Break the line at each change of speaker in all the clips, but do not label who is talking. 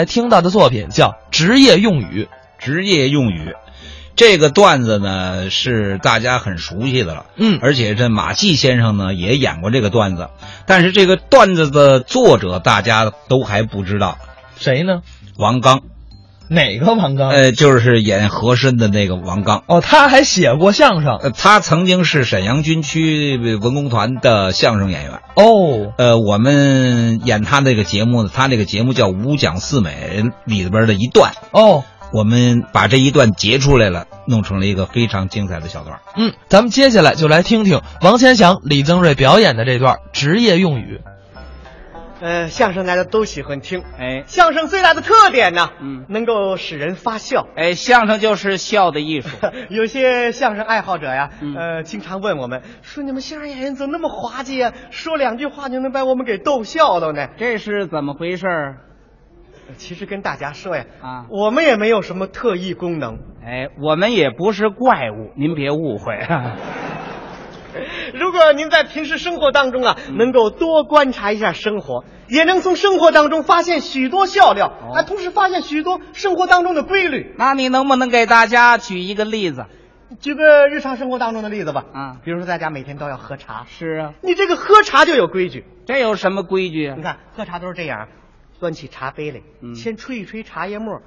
来哎听到的作品叫《职业用语》。
职业用语。这个段子呢是大家很熟悉的了，
嗯
而且这马季先生呢也演过这个段子，但是这个段子的作者大家都还不知道，
谁呢？
王刚，
哪个王刚？
呃，就是演和珅的那个王刚。
哦，他还写过相声
呃，他曾经是沈阳军区文工团的相声演员。
哦。
呃，我们演他那个节目呢，他那个节目叫《五讲四美》里边的一段，
哦，
我们把这一段截出来了，弄成了一个非常精彩的小段儿。
嗯，咱们接下来就来听听王千祥、李增瑞表演的这段职业用语。
呃，相声大家都喜欢听。
哎
相声最大的特点呢，
嗯
能够使人发笑。
哎，相声就是笑的艺术。
有些相声爱好者呀，
嗯
呃，经常问我们说：“你们相声演员怎么那么滑稽呀、说两句话就能把我们给逗笑了呢
这是怎么回事儿？？”
其实跟大家说呀，
啊
我们也没有什么特异功能，
哎，我们也不是怪物，您别误会。啊
如果您在平时生活当中啊，
嗯
能够多观察一下生活，也能从生活当中发现许多笑料，
哦
啊，同时发现许多生活当中的规律。
那你能不能给大家举一个例子？
举个日常生活当中的例子吧，
啊
比如说大家每天都要喝茶，
是啊，
你这个喝茶就有规矩。
这有什么规矩啊
你？看喝茶都是这样，端起茶杯来，
嗯
先吹一吹茶叶沫。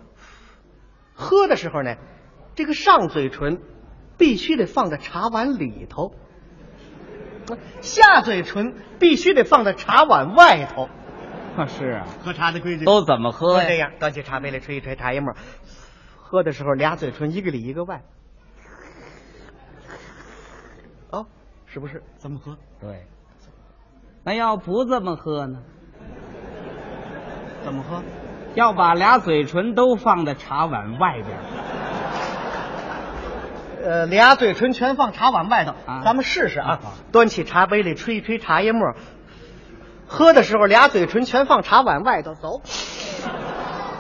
喝的时候呢，这个上嘴唇必须得放在茶碗里头，下嘴唇必须得放在茶碗外头。
是 啊，
喝茶的规矩
都怎么喝
这
呀？
样，端起茶杯来吹一吹茶叶沫，喝的时候俩嘴唇一个里一个外。哦，是不是？怎么喝？
对。那要不这么喝呢？
怎么喝？
要把俩嘴唇都放在茶碗外边儿。
呃，俩嘴唇全放茶碗外头，
啊
咱们试试啊
好。
端起茶杯里吹一吹茶叶沫，喝的时候俩嘴唇全放茶碗外头，走。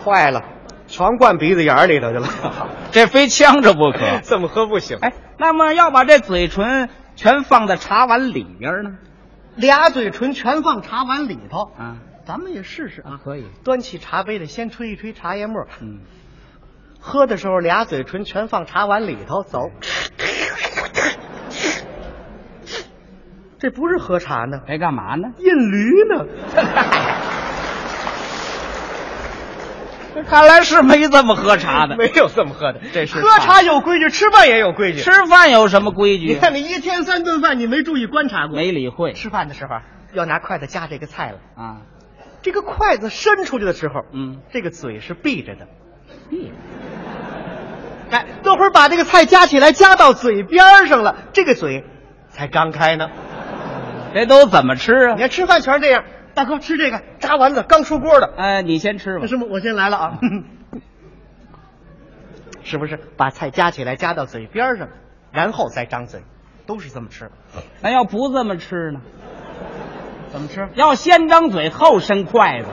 坏了，全灌鼻子眼儿里头去了，
这非呛着不 可
这么喝不行。
哎，那么要把这嘴唇全放在茶碗里边儿呢？
俩嘴唇全放茶碗里头，
啊，
咱们也试试啊。
可以。
端起茶杯来，先吹一吹茶叶沫，
嗯，
喝的时候俩嘴唇全放茶碗里头，走。这不是喝茶呢，
该哎干嘛呢？
印驴呢。
看来是没这么喝茶的。
没有这么喝的，
这是
喝茶有规矩，吃饭也有规矩。
吃饭有什么规矩啊
你？看你一天三顿饭，你没注意观察过。
没理会
吃饭的时候要拿筷子夹这个菜了，
啊，
这个筷子伸出去的时候，
嗯，
这个嘴是闭着的。哎，等会儿把这个菜夹起来，夹到嘴边儿上了，这个嘴才刚开呢。
这都怎么吃啊
你？看吃饭全是这样，大哥吃这个炸丸子，刚出锅的。
哎，你先吃吧
那。师傅，我先来了 啊，是不是？把菜夹起来，夹到嘴边上，然后再张嘴，都是这么吃。
那要不这么吃呢？怎么吃？要先张嘴后伸筷子。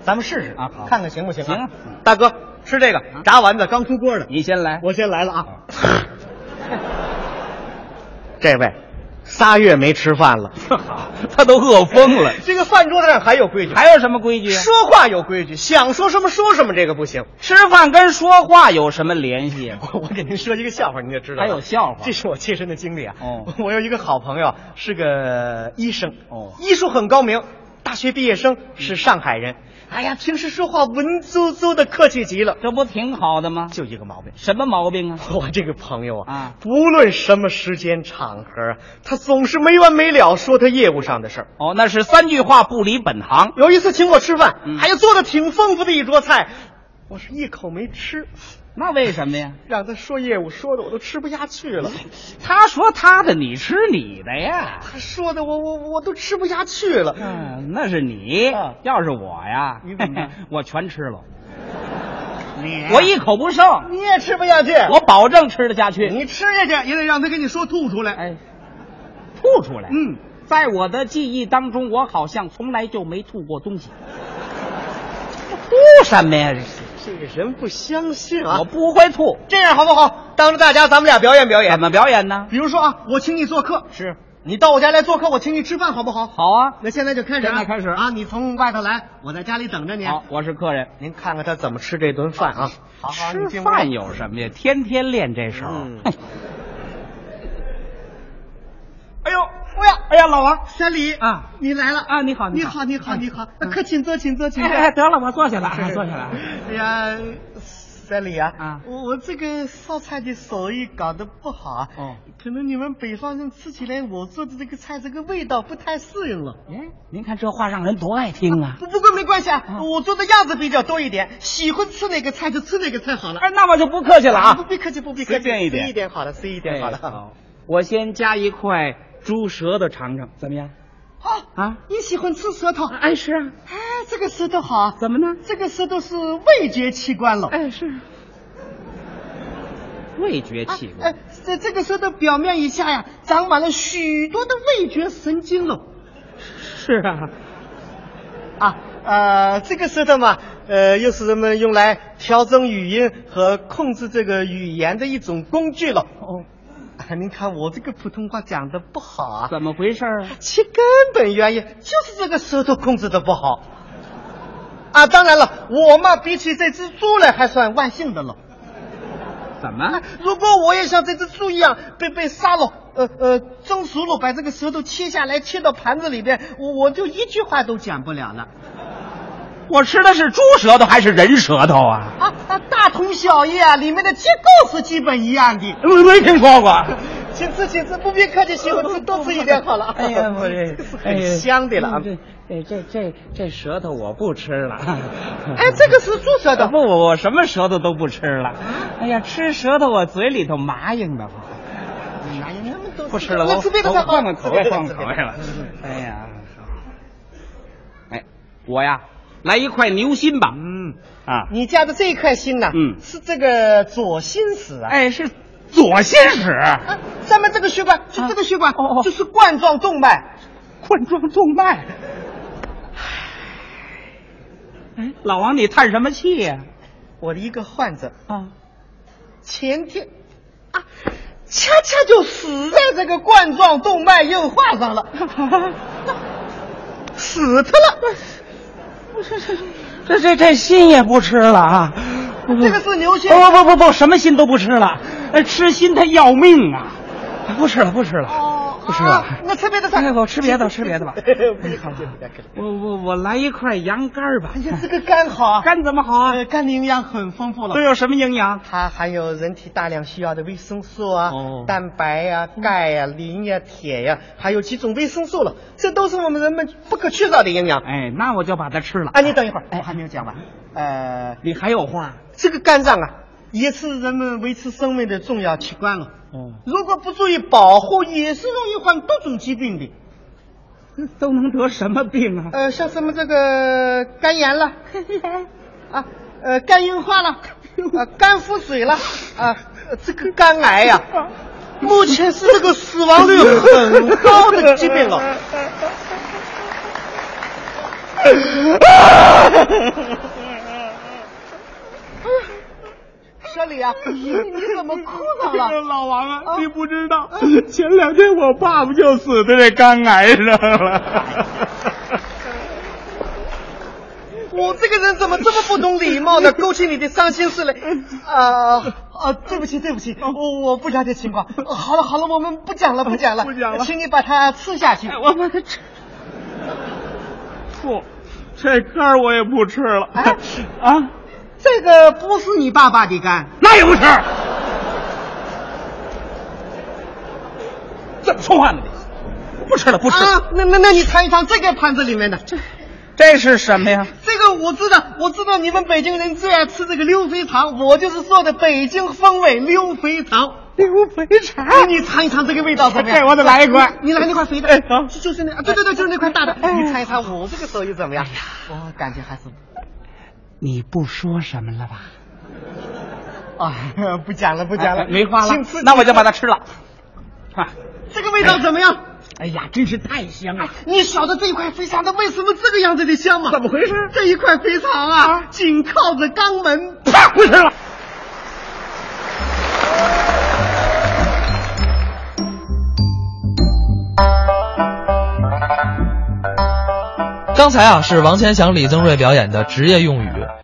咱们试试
啊好
看看行不行啊？
行啊啊
大哥吃这个炸丸子，刚出锅的。
你先来。
我先来了啊。 这位仨月没吃饭了，
他都饿疯了。
这个饭桌子上还有规矩，
还有什么规矩啊？
说话有规矩，想说什么说什么，这个不行。
吃饭跟说话有什么联系啊？
我我给您说一个笑话，您就知道了。
还有笑话
这是我切身的经历啊。
哦
我有一个好朋友是个医生，
哦
医术很高明，大学毕业生，是上海人。哎呀，平时说话文绉绉的，客气极了，
这不挺好的吗？
就一个毛病。
什么毛病啊？
我这个朋友啊，
啊
不论什么时间场合啊，他总是没完没了说他业务上的事儿。
哦，那是三句话不离本行。
有一次请我吃饭，
嗯
哎呀，做的挺丰富的一桌菜，我是一口没吃，
那为什么呀？
让他说业务说的我都吃不下去 了。
他说他的，你吃你的呀。
他说的我我我都吃不下去了。
嗯，那是你。
啊
要是我呀，
你怎么哎办
我全吃了，
你啊
我一口不剩，
你也吃不下去，
我保证吃得下去。
你吃下去也得让他跟你说吐出来。
哎，吐出来。
嗯，
在我的记忆当中，我好像从来就没吐过东西。吐什么呀？
这个人不相信啊
我不会吐。
这样好不好？当着大家咱们俩表演表
怎
演。
么表演呢？
比如说啊，我请你做客，
是
你到我家来做客，我请你吃饭好不好？
好啊，
那现在就开始、啊，
现在开始
啊！你从外头来，我在家里等着你。
好，我是客人。
您看看他怎么吃这顿饭啊！好好，你
吃
进屋
饭有什么呀？天天练这手。
嗯
嘿 哎呦，哎呀，哎呀，老王，
三里
啊，
你来了
啊你好
你
你好
你好，你好，
嗯
可请坐，请坐，请
哎
坐。
哎，得了，我坐下了，啊坐下了。
哎呀，三里啊，
啊
我我这个烧菜的手艺搞得不好啊，
哦，
可能你们北方人吃起来我做的这个菜这个味道不太适应了。
哎，您看这话让人多爱听啊！
不不过没关系啊
啊，
我做的样子比较多一点，喜欢吃哪个菜就吃哪个菜好了。
哎，那我就不客气了
不
啊！
必客气，不必客气，
随便一点
随意点好了，随意点好了。
哎，我先加一块猪舌头尝尝，怎么样？
哦
啊，
你喜欢吃舌头？
哎，是啊，
哎，这个舌头好啊，
怎么呢？
这个舌头是味觉器官了。
哎，是味觉
啊
器官
哎，这这个舌头表面以下呀，长满了许多的味觉神经了。
是啊，
啊，呃，这个舌头嘛，呃，又是人们用来调整语音和控制这个语言的一种工具了。
哦，
啊，您看我这个普通话讲的不好啊，
怎么回事儿啊？
其根本原因就是这个舌头控制的不好。啊，当然了，我嘛比起这只猪来还算万幸的了。
怎么？
如果我也像这只猪一样被被杀了，呃呃，蒸熟了，把这个舌头切下来，切到盘子里边，我我就一句话都讲不了了。
我吃的是猪舌头还是人舌头啊？
啊啊，大同小异啊，里面的结构是基本一样的。
没没听说过。
请吃，请吃，不必客气，媳妇吃多吃一点好了。
哎呀，我这
这 是
哎呀
很香的了啊。
嗯这这这这舌头我不吃了。
哎，这个啊是猪舌头
不，我我什么舌头都不吃了。哎呀，吃舌头我嘴里头麻硬的慌。
哎呀，那么多
不吃了，我
那吃这个才
我
好
换换口味，换换口味
了。
吧。哎呀，哎，我呀，来一块牛心吧。
嗯，
啊，
你家的这一块心呐，
嗯
是这个左心室啊。
哎，是左心室
啊，上面这个血管，就这个血管，
哦哦
就是冠状动脉。
冠状动脉。哎，老王，你叹什么气呀、
我的一个患者
啊？
前天啊，恰恰就死在这个冠状动脉硬化上 了，死他了。
这这这心也不吃了啊！
这个是牛心
不不不不不，什么心都不吃了，呃吃心它要命啊！不吃了，不吃了，
哦
不吃了。
啊那吃别的菜
哎，我吃别的，吃别的吧。
不
哎
要
好了
不要不要客气
我我我来一块羊肝 儿吧。
哎呀，这个肝好啊，
肝怎么好啊？
呃肝的营养很丰富了
都。有什么营养？
它含有人体大量需要的维生素啊、
哦
蛋白呀、钙呀、磷呀、铁呀，还有几种维生素了，这都是我们人们不可缺少的营养。
哎，那我就把它吃了。
啊，你等一会儿，
哎
我还没有讲完。呃，
你还有话？
这个肝脏啊，也是人们维持生命的重要器官了。
哦，
如果不注意保护，也是容易患多种疾病的。
都能得什么病啊？
呃，像什么这个肝炎了，啊，呃，肝硬化 了，啊，肝腹水了，啊，呃这个肝癌 呀、目前是这个死亡率很高的疾 病哦了。啊小李啊，你你怎么哭上了？
老王啊
啊
你不知道，前两天我爸爸就死在这肝癌上了。
我这个人怎么这么不懂礼貌呢？勾起你的伤心事来。
嗯
啊、啊，对不起，对不起，我我不了解情况。呃好了好了，我们不讲了，不讲了，
不讲了哎
请你把它吃下去。
我把它吃，不，这肝儿我也不吃了。
哎
啊，
这个不是你爸爸的肝，
那也不吃。怎么说话呢？你不吃了，不吃了。
啊，那那那你尝一尝这个盘子里面的，这
这是什么呀？
这个我知道，我知道你们北京人最爱吃这个溜肥肠，我就是做的北京风味溜肥肠。
牛肥肠
哎，你尝一尝这个味道怎么样？
哎这我得来一块
你你来那块肥的，
哎好哎
就就是那，啊对对对，就是那块大的。你尝一尝我这个手艺怎么样？我感觉还是，
你不说什么了吧？
啊，不讲了不
不
讲了，
哎没话了
请吃。，
那我就把它吃了。啊，
这个味道怎么样？
哎呀，真是太香啊了！
你晓得这一块肥肠它为什么这个样子的香吗？
怎么回事
这一块肥肠啊，紧靠着肛门。
啪，不吃啊了。
刚才啊是王千祥、李增瑞表演的职业用语，